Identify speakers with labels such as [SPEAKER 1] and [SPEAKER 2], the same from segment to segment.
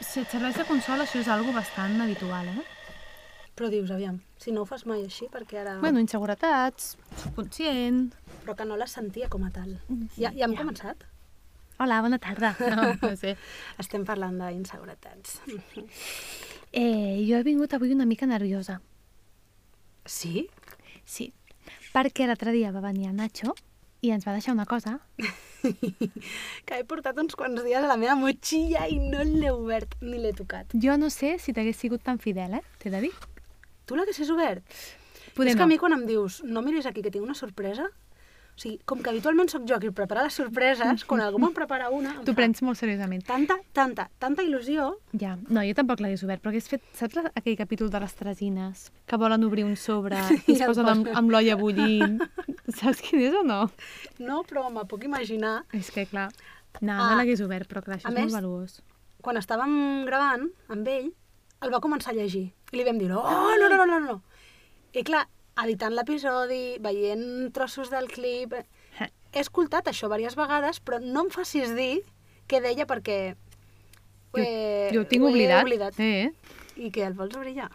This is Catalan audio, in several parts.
[SPEAKER 1] Si et serveix de consol, això és algo bastant habitual, eh?
[SPEAKER 2] Però dius, aviam, si no ho fas mai així, perquè ara...
[SPEAKER 1] Bueno, inseguretats, subconscient...
[SPEAKER 2] Però que no la sentia com a tal. Ja, Mm, ja hem començat?
[SPEAKER 1] Hola, bona tarda. No, no sé.
[SPEAKER 2] Estem parlant d'inseguretats.
[SPEAKER 1] Eh, jo he vingut avui una mica nerviosa.
[SPEAKER 2] Sí?
[SPEAKER 1] Sí, perquè l'altre dia va venir el Nacho i ens va deixar una cosa.
[SPEAKER 2] Que he portat uns quants dies a la meva motxilla i no l'he obert ni l'he tocat.
[SPEAKER 1] Jo no sé si t'hagués sigut tan fidel, eh? T'he de dir.
[SPEAKER 2] Tu l'haguessis obert?
[SPEAKER 1] Poder
[SPEAKER 2] és que
[SPEAKER 1] no.
[SPEAKER 2] a mi quan em dius, no miris aquí que tinc una sorpresa, o sigui, com que habitualment sóc jo qui prepara les sorpreses, quan algú me'n prepara una, em
[SPEAKER 1] T'ho
[SPEAKER 2] fa
[SPEAKER 1] prens molt seriosament.
[SPEAKER 2] tanta, tanta, tanta il·lusió,
[SPEAKER 1] Ja, no, jo tampoc l'hagués obert, però hagués fet... Saps la- aquell capítol de les tresines? Que volen obrir un sobre i
[SPEAKER 2] I
[SPEAKER 1] es
[SPEAKER 2] et
[SPEAKER 1] posen amb, amb l'olla bullint. Saps quin és o no?
[SPEAKER 2] no, però me puc imaginar,
[SPEAKER 1] És que, clar, no,
[SPEAKER 2] Ah.
[SPEAKER 1] no l'hagués obert, però clar, això
[SPEAKER 2] A
[SPEAKER 1] és molt
[SPEAKER 2] més-
[SPEAKER 1] valuós.
[SPEAKER 2] quan estàvem gravant amb ell, el va començar a llegir. I li vam dir, oh,
[SPEAKER 1] Ah!
[SPEAKER 2] no, no, no, no, no. I clar, editant l'episodi, veient trossos del clip...
[SPEAKER 1] Eh.
[SPEAKER 2] He escoltat això diverses vegades, però no em facis dir què deia perquè... ho he-
[SPEAKER 1] jo ho tinc
[SPEAKER 2] ho he
[SPEAKER 1] oblidat.
[SPEAKER 2] oblidat.
[SPEAKER 1] Eh?
[SPEAKER 2] I que el vols obrir ja?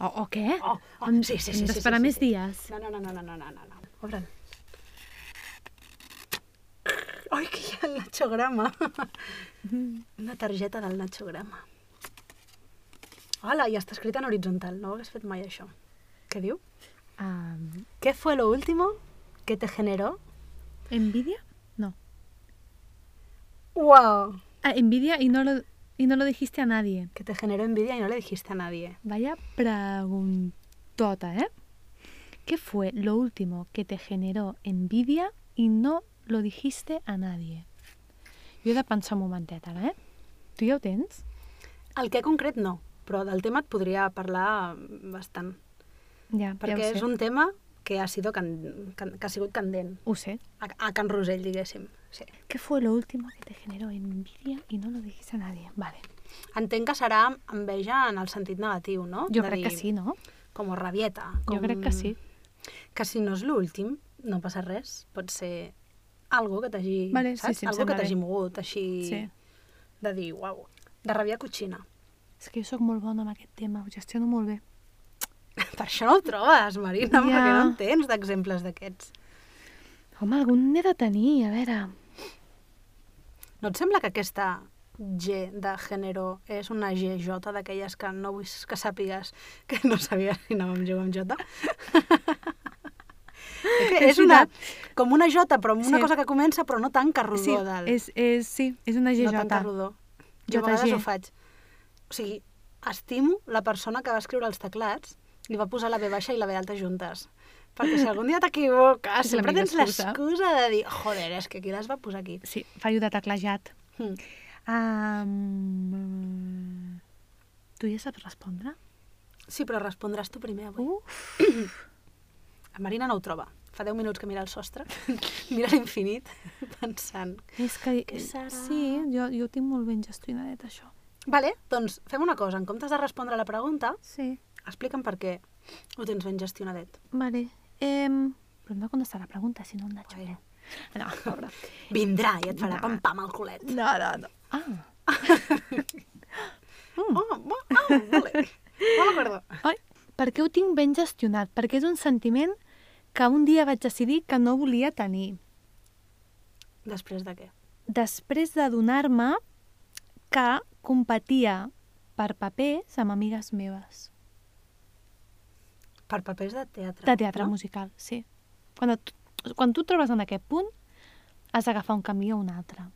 [SPEAKER 1] O, o què?
[SPEAKER 2] Oh, oh,
[SPEAKER 1] Hem-
[SPEAKER 2] sí, sí,
[SPEAKER 1] hem
[SPEAKER 2] sí, sí,
[SPEAKER 1] d'esperar
[SPEAKER 2] sí,
[SPEAKER 1] més
[SPEAKER 2] sí.
[SPEAKER 1] dies.
[SPEAKER 2] No, no, no, no, no, no, no, no. no. Obre'l. Ai, que hi ha el Nachograma. Una targeta del Nachograma. Hola, ja està escrita en horitzontal. No ho hagués fet mai, això. Què diu?
[SPEAKER 1] Um,
[SPEAKER 2] ¿Qué fue lo último que te generó?
[SPEAKER 1] ¿Envidia? No.
[SPEAKER 2] ¡Wow!
[SPEAKER 1] Ah, envidia y no, lo, y no lo dijiste a nadie.
[SPEAKER 2] Que te generó envidia y no le dijiste a nadie.
[SPEAKER 1] Vaya preguntota, ¿eh? ¿Qué fue lo último que te generó envidia y no lo dijiste a nadie? Jo he de pensar un momentet ara, eh? Tu ja ho tens?
[SPEAKER 2] El què concret no, però del tema et podria parlar bastant.
[SPEAKER 1] Ja,
[SPEAKER 2] Perquè
[SPEAKER 1] ja ho
[SPEAKER 2] és
[SPEAKER 1] sé.
[SPEAKER 2] un tema que ha, sido can, can, que ha sigut candent.
[SPEAKER 1] Ho sé.
[SPEAKER 2] a, a Can Rosell, diguéssim. Sí.
[SPEAKER 1] ¿Qué fue lo último que te generó envidia y no lo dijiste a nadie? Vale.
[SPEAKER 2] Entenc que serà enveja en el sentit negatiu, no?
[SPEAKER 1] Jo
[SPEAKER 2] De
[SPEAKER 1] crec que
[SPEAKER 2] dir,
[SPEAKER 1] sí, no?
[SPEAKER 2] Com rabieta. Com...
[SPEAKER 1] Jo crec que sí.
[SPEAKER 2] Que si no és l'últim, no passa res. Pot ser algo que t'hagi...
[SPEAKER 1] Vale, sí,
[SPEAKER 2] saps?
[SPEAKER 1] sí, em
[SPEAKER 2] algo
[SPEAKER 1] sembla
[SPEAKER 2] que t'hagi
[SPEAKER 1] bé.
[SPEAKER 2] mogut, així...
[SPEAKER 1] Sí.
[SPEAKER 2] De dir, uau, de rabia cotxina.
[SPEAKER 1] És que jo sóc molt bona amb aquest tema, ho gestiono molt bé.
[SPEAKER 2] Per això no ho trobes, Marina,
[SPEAKER 1] Ja.
[SPEAKER 2] perquè no en tens d'exemples d'aquests.
[SPEAKER 1] Home, algun n'he de tenir, a veure...
[SPEAKER 2] No et sembla que aquesta G de género és una GJ d'aquelles que no vull que sàpigues que no sabia si anava amb G o amb J? és que
[SPEAKER 1] És
[SPEAKER 2] és una,
[SPEAKER 1] veritat.
[SPEAKER 2] com una J, però amb una
[SPEAKER 1] Sí.
[SPEAKER 2] cosa que comença però no tanca rodó
[SPEAKER 1] Sí,
[SPEAKER 2] dalt.
[SPEAKER 1] és, és, sí, és una
[SPEAKER 2] no
[SPEAKER 1] GJ.
[SPEAKER 2] tanca rodó. Jo a
[SPEAKER 1] JG.
[SPEAKER 2] vegades ho faig. O sigui, estimo la persona que va escriure els teclats i va posar la B baixa i la B alta juntes. Perquè si algun dia t'equivoques,
[SPEAKER 1] És la
[SPEAKER 2] sempre
[SPEAKER 1] millor
[SPEAKER 2] tens
[SPEAKER 1] excusa.
[SPEAKER 2] l'excusa de dir joder, és que qui les va posar aquí?
[SPEAKER 1] Sí, fallo de teclejat.
[SPEAKER 2] Hm.
[SPEAKER 1] Um, tu ja saps respondre?
[SPEAKER 2] Sí, però respondràs tu primer avui.
[SPEAKER 1] Uf.
[SPEAKER 2] La Marina no ho troba. Fa 10 minuts que mira el sostre, mira l'infinit, pensant...
[SPEAKER 1] És que... eh,
[SPEAKER 2] Què serà?
[SPEAKER 1] Sí, jo, jo ho tinc molt ben gestionadet, això.
[SPEAKER 2] Vale, doncs fem una cosa. En comptes de respondre la pregunta,
[SPEAKER 1] Sí.
[SPEAKER 2] explica'm per què ho tens ben gestionadet.
[SPEAKER 1] Vale. Em... però hem de contestar la pregunta, si no em Nacho.
[SPEAKER 2] Bueno.
[SPEAKER 1] No, pobre.
[SPEAKER 2] Vindrà i et farà
[SPEAKER 1] No.
[SPEAKER 2] pam-pam al culet.
[SPEAKER 1] No, no, no. Ah, Mm.
[SPEAKER 2] Oh, bo, oh, vale. No l'acordo.
[SPEAKER 1] Ai, perquè ho tinc ben gestionat, perquè és un sentiment que un dia vaig decidir que no volia tenir.
[SPEAKER 2] Després de què?
[SPEAKER 1] Després de donar-me que competia per papers amb amigues meves.
[SPEAKER 2] Per papers de teatre.
[SPEAKER 1] De teatre
[SPEAKER 2] no?
[SPEAKER 1] musical, sí. Quan, et, quan tu et trobes en aquest punt, has d'agafar un camí o un altre.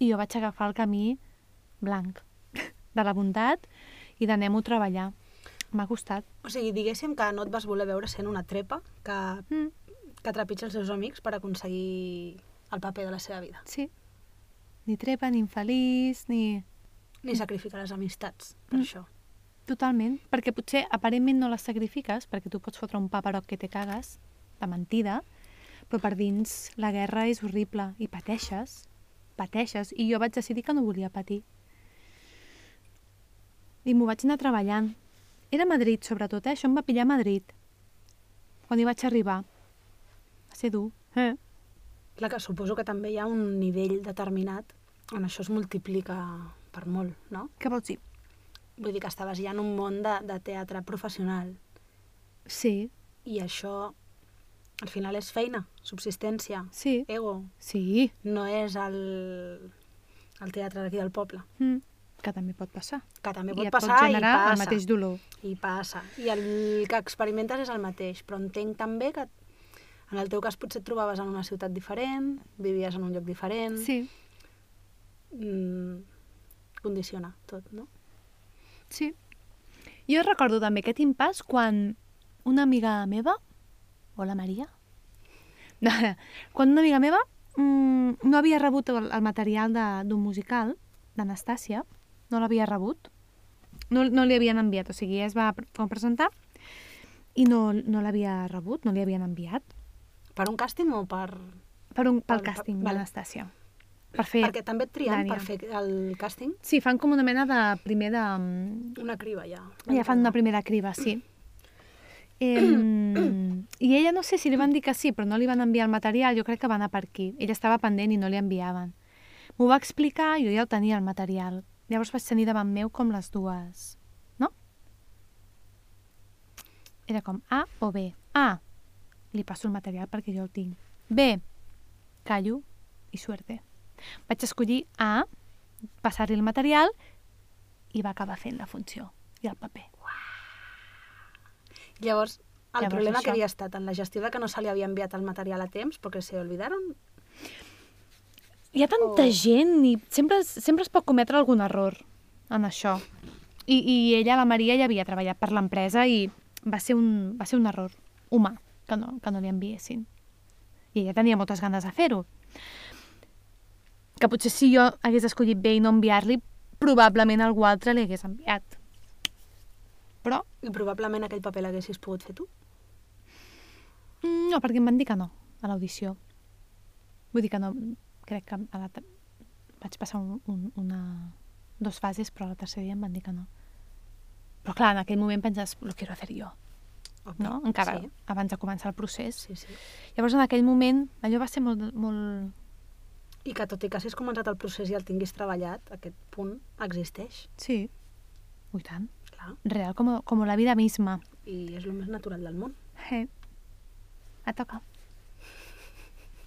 [SPEAKER 1] I jo vaig agafar el camí blanc, de la bondat, i d'anem-ho a treballar. M'ha costat.
[SPEAKER 2] O sigui, diguéssim que no et vas voler veure sent una trepa que,
[SPEAKER 1] Mm,
[SPEAKER 2] que trepitja els seus amics per aconseguir el paper de la seva vida.
[SPEAKER 1] sí. Ni trepa, ni infeliç, ni...
[SPEAKER 2] Ni sacrificar les amistats per
[SPEAKER 1] Mm.
[SPEAKER 2] això.
[SPEAKER 1] Totalment, perquè potser aparentment no les sacrifiques, perquè tu pots fotre un paperot que te cagues, de mentida, però per dins la guerra és horrible i pateixes, pateixes, i jo vaig decidir que no volia patir. I m'ho vaig anar treballant. Era a Madrid, sobretot, eh? això em va pillar a Madrid, quan hi vaig arribar. Va ser dur. Eh?
[SPEAKER 2] Clar que suposo que també hi ha un nivell determinat on això es multiplica per molt, no?
[SPEAKER 1] Què vols dir?
[SPEAKER 2] Vull dir que estaves ja en un món de, de teatre professional
[SPEAKER 1] Sí,
[SPEAKER 2] i això al final és feina, subsistència,
[SPEAKER 1] sí,
[SPEAKER 2] ego.
[SPEAKER 1] sí.
[SPEAKER 2] No és el, el teatre d'aquí del poble,
[SPEAKER 1] Mm. Que també pot passar.
[SPEAKER 2] que també
[SPEAKER 1] I
[SPEAKER 2] pot
[SPEAKER 1] et
[SPEAKER 2] passar
[SPEAKER 1] pot
[SPEAKER 2] i
[SPEAKER 1] generar
[SPEAKER 2] passa.
[SPEAKER 1] el mateix dolor.
[SPEAKER 2] I passa. I el que experimentes és el mateix, però entenc també que en el teu cas potser et trobaves en una ciutat diferent, vivies en un lloc diferent.
[SPEAKER 1] Sí,
[SPEAKER 2] Mm, condiciona tot, no?
[SPEAKER 1] sí. Jo recordo també aquest impàs quan una amiga meva, o la Maria, quan una amiga meva mm, no havia rebut el, el material de- d'un musical, d'Anastàcia, no l'havia rebut, no, no li havien enviat, o sigui, es va com presentar i no, no l'havia rebut, no li havien enviat,
[SPEAKER 2] Per un càsting o per...
[SPEAKER 1] per un, pel
[SPEAKER 2] Val, per-
[SPEAKER 1] càsting
[SPEAKER 2] val.
[SPEAKER 1] d'Anastàcia. Per fer...
[SPEAKER 2] Perquè també et trien
[SPEAKER 1] Dània.
[SPEAKER 2] per fer el càsting?
[SPEAKER 1] Sí, fan com una mena de primer de... mm,
[SPEAKER 2] Una criba, ja.
[SPEAKER 1] Ja fan una primera criba, sí. Em, I ella no sé si li van dir que sí, però no li van enviar el material, jo crec que va anar per aquí. Ella estava pendent i no li enviaven. M'ho va explicar i jo ja ho tenia, el material. Llavors vaig tenir davant meu com les dues, no? Era com A o B. A, li passo el material perquè jo el tinc. B, callo i suerte. Vaig escollir A, passar-li el material i va acabar fent la funció i el paper.
[SPEAKER 2] Llavors, el
[SPEAKER 1] Llavors,
[SPEAKER 2] Llavors, problema
[SPEAKER 1] això.
[SPEAKER 2] que havia estat en la gestió de que no se li havia enviat el material a temps, perquè se olvidaron,
[SPEAKER 1] Hi ha tanta
[SPEAKER 2] O-
[SPEAKER 1] gent i sempre, es- sempre es pot cometre algun error en això. I, i ella, la Maria, ja havia treballat per l'empresa i va ser, un, va ser un error humà que no, que no li enviessin. I ella tenia moltes ganes de fer-ho. Que potser si jo hagués escollit bé i no enviar-li, probablement algú altre li hagués enviat. Però
[SPEAKER 2] i probablement aquell paper l'haguessis pogut fer tu.
[SPEAKER 1] Mm, No, perquè em van dir que no, a l'audició. Vull dir que no, crec que a la ter- vaig passar un, un, una... dos fases, però a la tercera dia em van dir que no. Però clar, en aquell moment penses, lo quiero hacer yo,
[SPEAKER 2] Obvi.
[SPEAKER 1] no? Encara, sí.
[SPEAKER 2] Sí,
[SPEAKER 1] abans de començar el procés.
[SPEAKER 2] sí, sí.
[SPEAKER 1] Llavors, en aquell moment, allò va ser molt... molt...
[SPEAKER 2] I que tot i que hagis començat el procés i el tinguis treballat, aquest punt existeix,
[SPEAKER 1] Sí. Ui, tant.
[SPEAKER 2] clar.
[SPEAKER 1] Real, com, com la vida misma.
[SPEAKER 2] I és el més natural del món.
[SPEAKER 1] Eh. A toca.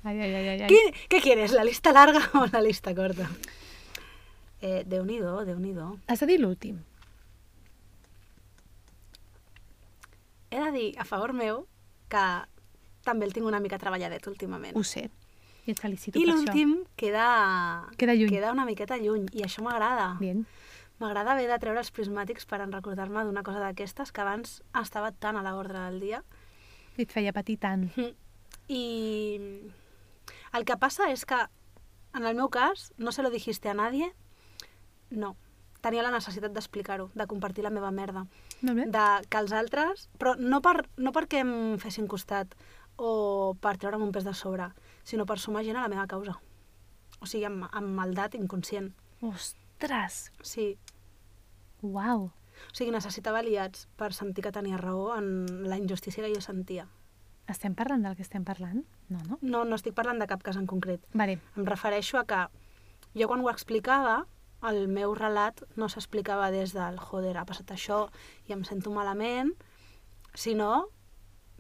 [SPEAKER 1] Ai, ai, ai, ai. ai.
[SPEAKER 2] ¿Qué, ¿Qué quieres, la lista larga o la lista corta? Eh, de unido, de unido.
[SPEAKER 1] Has de dir l'últim.
[SPEAKER 2] He de dir, a favor meu, que també el tinc una mica treballadet últimament.
[SPEAKER 1] Ho sé. I et felicito per
[SPEAKER 2] I
[SPEAKER 1] això.
[SPEAKER 2] l'últim queda...
[SPEAKER 1] Queda lluny.
[SPEAKER 2] Queda una miqueta lluny, i això m'agrada.
[SPEAKER 1] Bien.
[SPEAKER 2] M'agrada haver de treure els prismàtics per en recordar-me d'una cosa d'aquestes que abans estava tan a l'ordre del dia.
[SPEAKER 1] I et feia patir tant.
[SPEAKER 2] I el que passa és que, en el meu cas, no se lo dijiste a nadie, no. Tenia la necessitat d'explicar-ho, de compartir la meva merda.
[SPEAKER 1] Molt bé.
[SPEAKER 2] de que els altres, però no, per, no perquè em fessin costat o per treure'm un pes de sobre, sinó per sumar gent a la meva causa. O sigui, amb, amb maldat inconscient.
[SPEAKER 1] Ostres!
[SPEAKER 2] Sí.
[SPEAKER 1] Uau!
[SPEAKER 2] O sigui, necessitava aliats per sentir que tenia raó en la injustícia que jo sentia.
[SPEAKER 1] Estem parlant del que estem parlant? No, no?
[SPEAKER 2] No, no estic parlant de cap cas en concret.
[SPEAKER 1] Vale.
[SPEAKER 2] Em refereixo a que jo quan ho explicava, el meu relat no s'explicava des del joder, ha passat això i em sento malament, sinó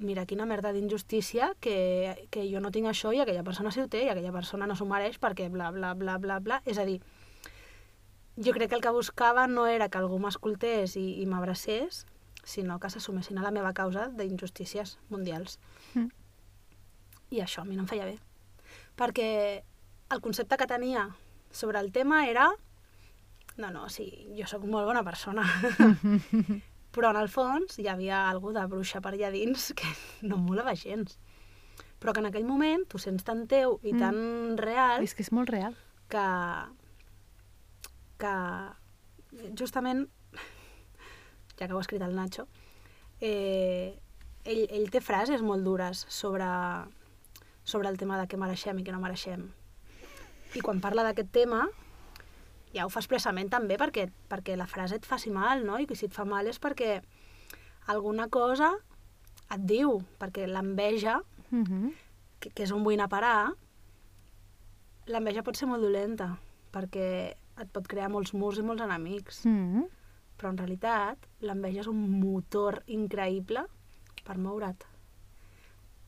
[SPEAKER 2] mira quina merda d'injustícia que, que jo no tinc això i aquella persona sí ho té i aquella persona no s'ho mereix perquè bla bla bla bla bla, és a dir jo crec que el que buscava no era que algú m'escoltés i, i m'abracés sinó que s'assumessin a la meva causa d'injustícies mundials
[SPEAKER 1] Mm.
[SPEAKER 2] i això a mi no em feia bé. Perquè el concepte que tenia sobre el tema era... No, no, sí, jo sóc molt bona persona. Però en el fons hi havia algú de bruixa per allà dins que no em molava gens. Però que en aquell moment tu sents tan teu i
[SPEAKER 1] Mm.
[SPEAKER 2] tan real
[SPEAKER 1] És que és molt real.
[SPEAKER 2] que... que justament, ja que ho ha escrit el Nacho, eh, ell, ell té frases molt dures sobre, sobre el tema de què mereixem i què no mereixem. I quan parla d'aquest tema, ja ho fa expressament també perquè, perquè la frase et faci mal, no? I que si et fa mal és perquè alguna cosa et diu, perquè l'enveja
[SPEAKER 1] Mm -hmm.
[SPEAKER 2] Mm-hmm. que, que és on vull anar a parar, l'enveja pot ser molt dolenta, perquè et pot crear molts murs i molts enemics.
[SPEAKER 1] Mm -hmm.
[SPEAKER 2] Però en realitat, l'enveja és un motor increïble per moure't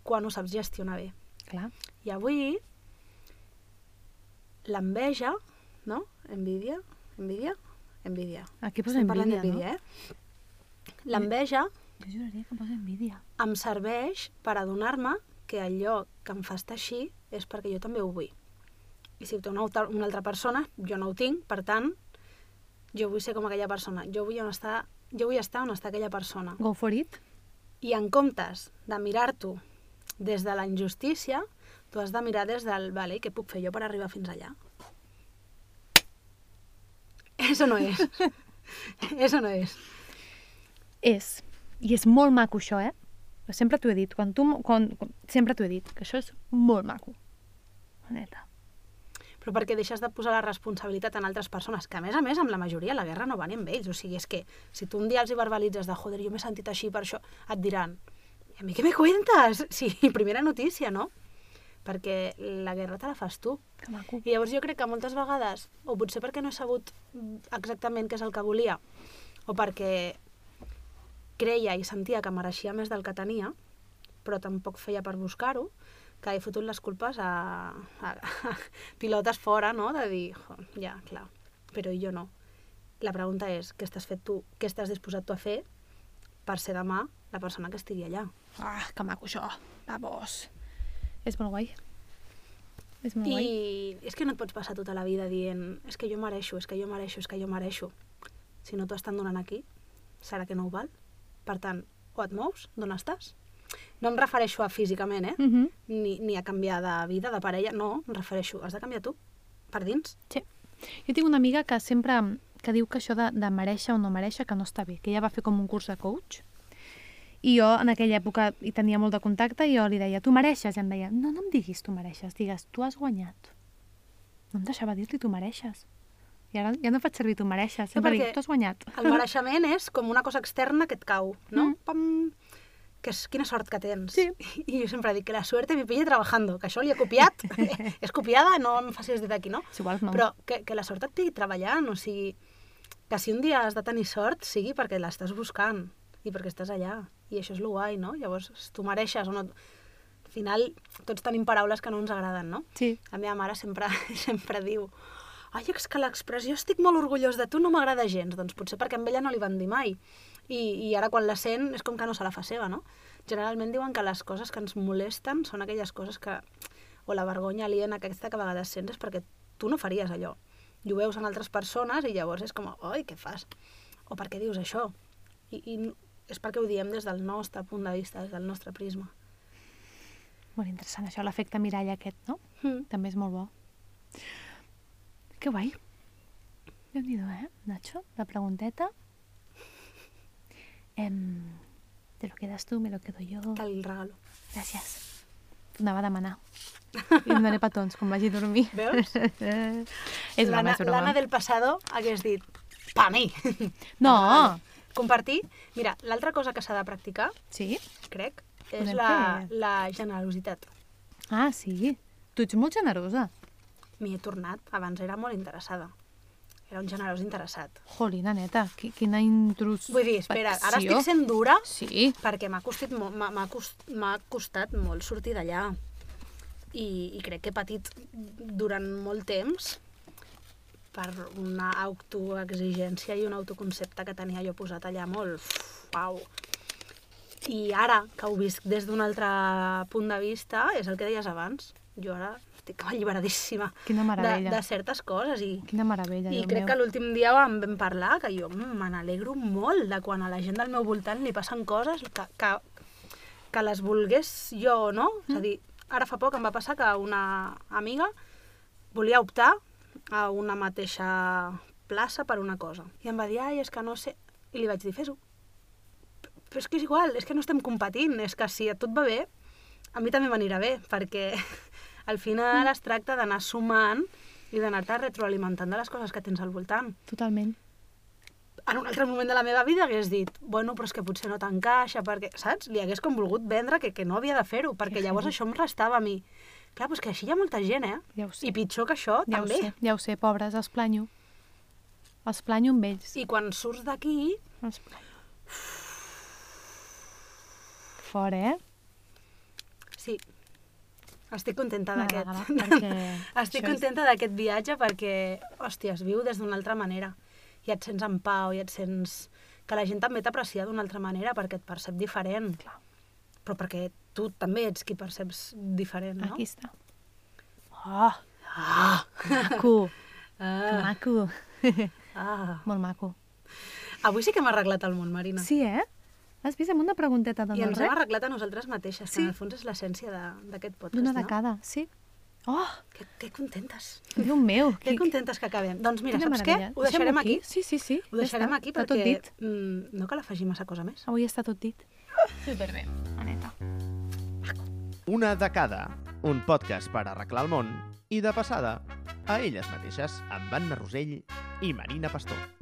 [SPEAKER 2] quan ho saps gestionar bé.
[SPEAKER 1] Clar.
[SPEAKER 2] I avui, l'enveja, no? Envidia? Envidia? Envidia.
[SPEAKER 1] Aquí posa
[SPEAKER 2] Estem parlant eh?
[SPEAKER 1] envidia,
[SPEAKER 2] d'envidia, eh? L'enveja
[SPEAKER 1] no? Jo juraria que posa envidia.
[SPEAKER 2] em serveix per adonar-me que allò que em fa estar així és perquè jo també ho vull. I si ho té una altra, una altra persona, jo no ho tinc, per tant, jo vull ser com aquella persona. Jo vull, on està, jo vull estar on està aquella persona.
[SPEAKER 1] Go for it.
[SPEAKER 2] I en comptes de mirar-t'ho des de la injustícia, tu has de mirar des del, vale, què puc fer jo per arribar fins allà? Eso no és. Eso no és.
[SPEAKER 1] És. I és molt maco això, eh? Jo sempre t'ho he dit. Quan tu, m- quan, quan, sempre t'ho he dit, que això és molt maco. La Neta.
[SPEAKER 2] Però perquè deixes de posar la responsabilitat en altres persones, que a més a més amb la majoria la guerra no va ni amb ells. O sigui, és que si tu un dia els hi verbalitzes de joder, jo m'he sentit així per això, et diran, "I a mi què me cuentes? Sí, primera notícia, no? Perquè la guerra te la fas tu.
[SPEAKER 1] Que maco.
[SPEAKER 2] I llavors jo crec que moltes vegades, o potser perquè no he sabut mm, exactament què és el que volia, o perquè creia i sentia que mereixia més del que tenia, però tampoc feia per buscar-ho, que he fotut les culpes a, a, a pilotes fora, no? De dir, jo, ja, clar, però jo no. La pregunta és, què estàs, fet tu, què estàs disposat tu a fer per ser demà la persona que estigui allà?
[SPEAKER 1] Ah, que maco això. Vamos. És molt guai. És molt guai.
[SPEAKER 2] I és que no et pots passar tota la vida dient és que jo mereixo, és que jo mereixo, és que jo mereixo. Si no t'ho estan donant aquí, serà que no ho val. Per tant, o et mous, d'on estàs? No em refereixo a físicament, eh?
[SPEAKER 1] Mm -hmm.
[SPEAKER 2] Ni, ni a canviar de vida, de parella, no, em refereixo, has de canviar tu, per dins.
[SPEAKER 1] Sí. Jo tinc una amiga que sempre que diu que això de, de mereixer o no mereixer que no està bé, que ella va fer com un curs de coach i jo en aquella època hi tenia molt de contacte i jo li deia tu mereixes i em deia no, no em diguis tu mereixes, digues tu has guanyat. No em deixava dir-li tu mereixes. I ara ja no faig servir tu mereixes, sempre
[SPEAKER 2] perquè
[SPEAKER 1] dic tu has guanyat.
[SPEAKER 2] El mereixement és com una cosa externa que et cau, no?
[SPEAKER 1] Mm.
[SPEAKER 2] Pam! Que és, quina sort que tens.
[SPEAKER 1] Sí.
[SPEAKER 2] I jo sempre dic que la suerte me pille trabajando, que això li he copiat. és copiada, no em facis dir d'aquí, no?
[SPEAKER 1] És igual, no.
[SPEAKER 2] Però que, que la sort et pigui treballant, o sigui, que si un dia has de tenir sort, sigui perquè l'estàs buscant i perquè estàs allà. I això és lo guai, no? Llavors, si tu mereixes o no... Al final, tots tenim paraules que no ens agraden, no?
[SPEAKER 1] Sí,
[SPEAKER 2] La meva mare sempre, sempre diu ai, és que l'expressió estic molt orgullós de tu no m'agrada gens, doncs potser perquè a ella no li van dir mai. I, I ara quan la sent és com que no se la fa seva, no? Generalment diuen que les coses que ens molesten són aquelles coses que... o la vergonya aliena que aquesta que a vegades sents és perquè tu no faries allò. I ho veus en altres persones i llavors és com, oi, què fas? O per què dius això? I, i és perquè ho diem des del nostre punt de vista, des del nostre prisma.
[SPEAKER 1] molt interessant això, l'efecte mirall aquest, no?
[SPEAKER 2] Mm.
[SPEAKER 1] També és molt bo. Que guai. déu nhi eh, Nacho? La pregunteta. Em... Te lo quedas tu, me lo quedo jo.
[SPEAKER 2] Te'l regalo.
[SPEAKER 1] Gràcies. Anava a demanar. I em donaré petons quan vagi a dormir.
[SPEAKER 2] Veus?
[SPEAKER 1] és broma,
[SPEAKER 2] L'Anna-
[SPEAKER 1] és broma.
[SPEAKER 2] L'Anna del passado hagués dit, pa mi!
[SPEAKER 1] No!
[SPEAKER 2] Compartir. Mira, l'altra cosa que s'ha de practicar,
[SPEAKER 1] Sí?
[SPEAKER 2] crec, és
[SPEAKER 1] Podem
[SPEAKER 2] la,
[SPEAKER 1] fer.
[SPEAKER 2] la generositat.
[SPEAKER 1] Ah, sí. Tu ets molt generosa.
[SPEAKER 2] M'hi he tornat, abans era molt interessada. Era un generós interessat.
[SPEAKER 1] Jolina, neta, qui- quina intrus...
[SPEAKER 2] Vull dir, espera, ara estic sent dura
[SPEAKER 1] Sí,
[SPEAKER 2] perquè m'ha costat, molt, m'ha- m'ha cost, m'ha costat molt sortir d'allà. I, I crec que he patit durant molt temps per una autoexigència i un autoconcepte que tenia jo posat allà molt... Uau! I ara, que ho visc des d'un altre punt de vista, és el que deies abans. Jo ara estic com alliberadíssima
[SPEAKER 1] Quina
[SPEAKER 2] de,
[SPEAKER 1] meravella.
[SPEAKER 2] de certes coses i,
[SPEAKER 1] quina meravella,
[SPEAKER 2] i
[SPEAKER 1] Déu
[SPEAKER 2] crec
[SPEAKER 1] meu.
[SPEAKER 2] que l'últim dia en vam parlar, que jo mm, me n'alegro molt de quan a la gent del meu voltant li passen coses que, que, que les volgués jo o no.
[SPEAKER 1] Mm.
[SPEAKER 2] És a dir, ara fa poc em va passar que una amiga volia optar a una mateixa plaça per una cosa. I em va dir, ai, és que no sé... I li vaig dir, fes-ho. P- Però és que és igual, és que no estem competint, és que si a tu et va bé, a mi també m'anirà bé, perquè al final es tracta d'anar sumant i d'anar-te retroalimentant de les coses que tens al voltant.
[SPEAKER 1] Totalment.
[SPEAKER 2] En un altre moment de la meva vida hagués dit, bueno, però és que potser no t'encaixa, perquè, saps? Li hagués com volgut vendre que, que no havia de fer-ho, perquè
[SPEAKER 1] Que
[SPEAKER 2] llavors
[SPEAKER 1] heavy.
[SPEAKER 2] això em restava a mi. Clar, però és que així hi ha molta gent, eh?
[SPEAKER 1] Ja ho sé.
[SPEAKER 2] I pitjor que això,
[SPEAKER 1] Ja ho
[SPEAKER 2] Oh, també.
[SPEAKER 1] sé, ja ho sé, pobres, els planyo. Els planyo amb ells.
[SPEAKER 2] I quan surts d'aquí,
[SPEAKER 1] Els planyo. Fort, eh?
[SPEAKER 2] sí, estic contenta d'aquest.
[SPEAKER 1] M'agrada, perquè...
[SPEAKER 2] Estic
[SPEAKER 1] això és-
[SPEAKER 2] contenta d'aquest viatge perquè, hòstia, es viu des d'una altra manera. I et sents en pau, i et sents... Que la gent també t'aprecia d'una altra manera perquè et percep diferent.
[SPEAKER 1] Clar.
[SPEAKER 2] Però perquè tu també ets qui perceps diferent, no?
[SPEAKER 1] Aquí està. Oh,
[SPEAKER 2] Ah!
[SPEAKER 1] maco, que
[SPEAKER 2] Ah!
[SPEAKER 1] maco.
[SPEAKER 2] ah.
[SPEAKER 1] Molt maco.
[SPEAKER 2] Avui sí que hem arreglat el món, Marina.
[SPEAKER 1] Sí, eh? Has vist amb una pregunteta de
[SPEAKER 2] I ens
[SPEAKER 1] dos,
[SPEAKER 2] hem
[SPEAKER 1] eh?
[SPEAKER 2] arreglat a nosaltres mateixes, que
[SPEAKER 1] Sí.
[SPEAKER 2] en el fons és l'essència de- d'aquest podcast,
[SPEAKER 1] D'una de
[SPEAKER 2] no?
[SPEAKER 1] cada, sí. Oh,
[SPEAKER 2] Que, que contentes.
[SPEAKER 1] Déu meu.
[SPEAKER 2] Que
[SPEAKER 1] qui-
[SPEAKER 2] contentes que acabem. Doncs mira,
[SPEAKER 1] quina
[SPEAKER 2] saps
[SPEAKER 1] meravella.
[SPEAKER 2] què? Ho deixarem aquí.
[SPEAKER 1] Sí, sí, sí.
[SPEAKER 2] Ho deixarem aquí
[SPEAKER 1] està tot
[SPEAKER 2] perquè
[SPEAKER 1] dit.
[SPEAKER 2] mm, no cal afegir massa cosa més.
[SPEAKER 1] Avui està tot dit. Superbé, Aneta.
[SPEAKER 3] Una de cada, un podcast per arreglar el món i, de passada, a elles mateixes, amb Anna Rosell i Marina Pastor.